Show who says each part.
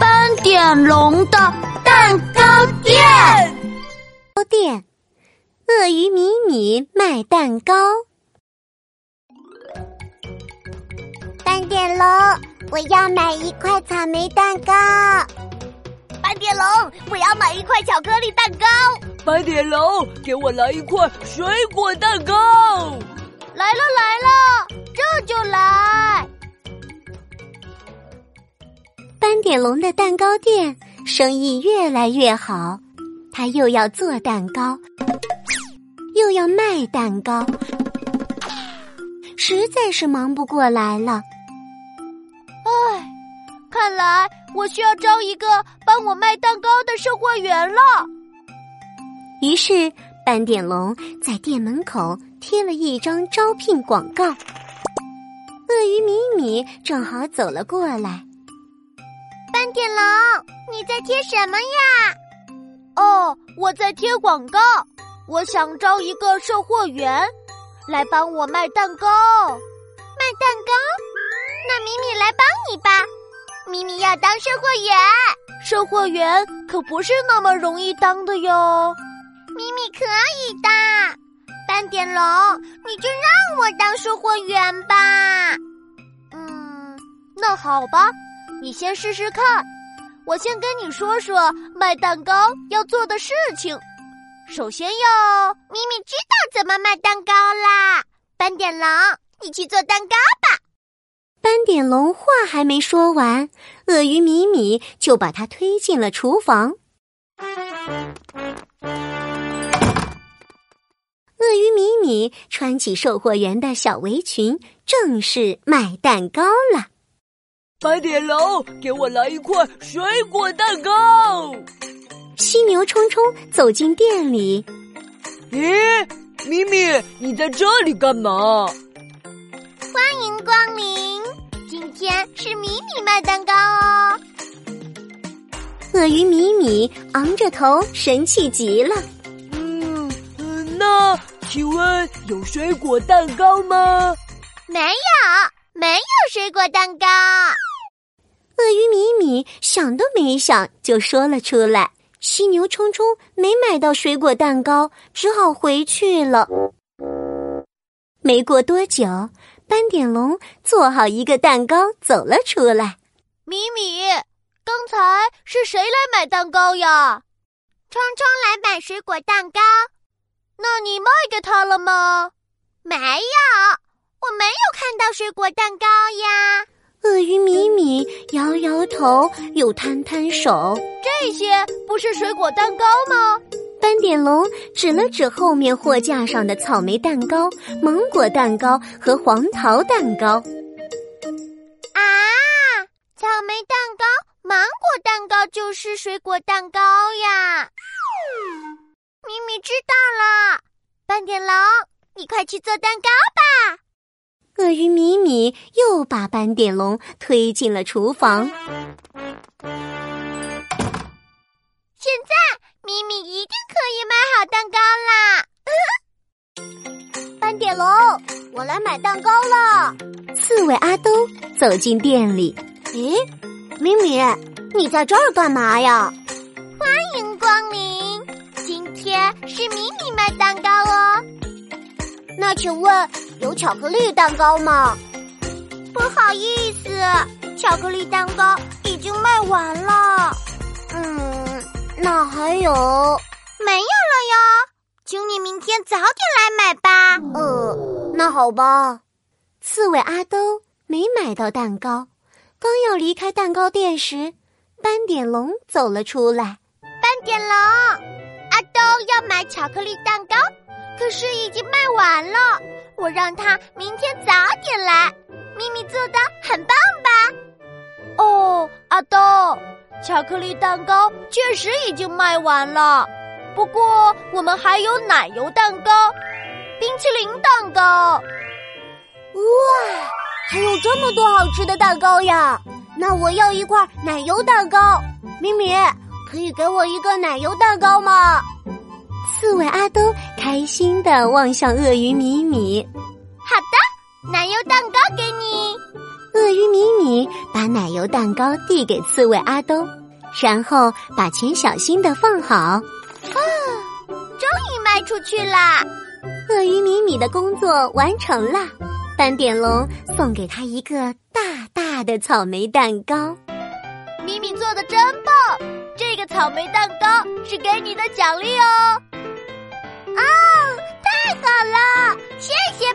Speaker 1: 嗯
Speaker 2: 点龙的蛋糕店。
Speaker 3: 糕店，鳄鱼米米卖蛋糕。
Speaker 4: 斑点龙，我要买一块草莓蛋糕。
Speaker 1: 斑点龙，我要买一块巧克力蛋糕。
Speaker 5: 斑点龙，给我来一块水果蛋糕。
Speaker 1: 来了来了，这就来。
Speaker 3: 斑点龙的蛋糕店生意越来越好，他又要做蛋糕，又要卖蛋糕，实在是忙不过来了。
Speaker 1: 唉，看来我需要招一个帮我卖蛋糕的售货员了。
Speaker 3: 于是，斑点龙在店门口贴了一张招聘广告。鳄鱼米米正好走了过来。
Speaker 4: 斑点龙，你在贴什么呀？
Speaker 1: 哦，我在贴广告，我想招一个售货员来帮我卖蛋糕。
Speaker 4: 卖蛋糕？那米米来帮你吧。米米要当售货员，
Speaker 1: 售货员可不是那么容易当的哟。
Speaker 4: 米米可以的。斑点龙，你就让我当售货员吧。
Speaker 1: 嗯，那好吧。你先试试看，我先跟你说说卖蛋糕要做的事情。首先要
Speaker 4: 米米知道怎么卖蛋糕啦，斑点龙，你去做蛋糕吧。
Speaker 3: 斑点龙话还没说完，鳄鱼米米就把它推进了厨房。鳄鱼米米穿起售货员的小围裙，正式卖蛋糕了。
Speaker 5: 白点龙，给我来一块水果蛋糕。
Speaker 3: 犀牛冲冲走进店里。
Speaker 5: 咦，米米，你在这里干嘛？
Speaker 4: 欢迎光临，今天是米米卖蛋糕哦。
Speaker 3: 鳄鱼米米昂着头，神气极了。
Speaker 5: 嗯，呃、那请问有水果蛋糕吗？
Speaker 4: 没有，没有水果蛋糕。
Speaker 3: 鳄鱼米米想都没想就说了出来。犀牛冲冲没买到水果蛋糕，只好回去了。没过多久，斑点龙做好一个蛋糕走了出来。
Speaker 1: 米米，刚才是谁来买蛋糕呀？
Speaker 4: 冲冲来买水果蛋糕，
Speaker 1: 那你卖给他了吗？
Speaker 4: 没有，我没有看到水果蛋糕呀。
Speaker 3: 鳄鱼米米摇摇头，又摊摊手。
Speaker 1: 这些不是水果蛋糕吗？
Speaker 3: 斑点龙指了指后面货架上的草莓蛋糕、芒果蛋糕和黄桃蛋糕。
Speaker 4: 啊，
Speaker 1: 草莓蛋糕、芒果蛋糕就是水果蛋糕呀！
Speaker 4: 米米知道了，斑点龙，你快去做蛋糕吧。
Speaker 3: 鳄鱼米米又把斑点龙推进了厨房。
Speaker 4: 现在，米米一定可以买好蛋糕
Speaker 6: 啦！ 斑点龙，我来买蛋糕了。
Speaker 3: 刺猬阿兜走进店里。
Speaker 6: 咦，米米，你在这儿干嘛呀？
Speaker 4: 欢迎光临，今天是米米卖蛋糕哦。
Speaker 6: 那请问？有巧克力蛋糕吗？
Speaker 4: 不好意思，巧克力蛋糕已经卖完了。
Speaker 6: 嗯，那还有
Speaker 4: 没有了哟？请你明天早点来买吧。
Speaker 6: 呃，那好吧。
Speaker 3: 刺猬阿兜没买到蛋糕，刚要离开蛋糕店时，斑点龙走了出来。
Speaker 4: 斑点龙，阿兜要买巧克力蛋糕，可是已经卖完了。我让他明天早点来，咪咪做的很棒
Speaker 1: 吧？哦，阿豆，巧克力蛋糕确实已经卖完了，不过我们还有奶油蛋糕、冰淇淋蛋糕。
Speaker 6: 哇，还有哎这么多好吃的蛋糕呀！那我要一块奶油蛋糕。米米，可以给我一个奶油蛋糕吗？
Speaker 3: 刺猬阿兜开心的望向鳄鱼米米。
Speaker 4: 好的，奶油蛋糕给你。
Speaker 3: 鳄鱼米米把奶油蛋糕递给刺猬阿兜，然后把钱小心的放好。啊，
Speaker 4: 终于卖出去啦！
Speaker 3: 鳄鱼米米的工作完成啦，斑点龙送给他一个大大的草莓蛋糕。
Speaker 1: 米米做的真棒，这个草莓蛋糕是给你的奖励哦。
Speaker 4: 哦，太好了，谢谢。